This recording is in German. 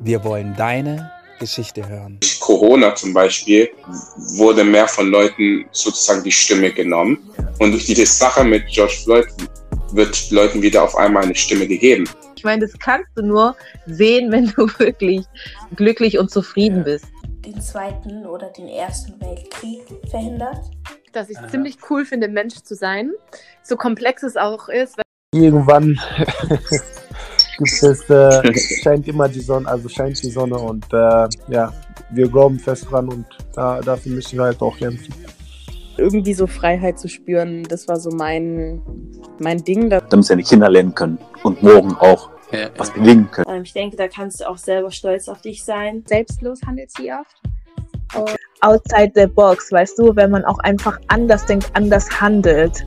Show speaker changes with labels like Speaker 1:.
Speaker 1: Wir wollen deine Geschichte hören.
Speaker 2: Durch Corona zum Beispiel wurde mehr von Leuten sozusagen die Stimme genommen. Und durch diese Sache mit George Floyd wird Leuten wieder auf einmal eine Stimme gegeben.
Speaker 3: Ich meine, das kannst du nur sehen, wenn du wirklich glücklich und zufrieden bist.
Speaker 4: Den zweiten oder den ersten Weltkrieg verhindert.
Speaker 5: Dass ich es ziemlich cool finde, Mensch zu sein. So komplex es auch ist.
Speaker 6: Irgendwann gibt es, äh, scheint immer die Sonne, also scheint die Sonne und äh, ja, wir glauben fest dran und da, dafür müssen wir halt auch kämpfen.
Speaker 7: Irgendwie so Freiheit zu spüren, das war so mein, mein Ding. Da
Speaker 8: damit seine Kinder lernen können und morgen auch
Speaker 9: Ja,
Speaker 8: was bewegen können.
Speaker 4: Ähm, Ich denke, da kannst du auch selber stolz auf dich sein.
Speaker 10: selbstlos Handelsjagd.
Speaker 3: Outside the box, weißt du, wenn man auch einfach anders denkt, anders handelt.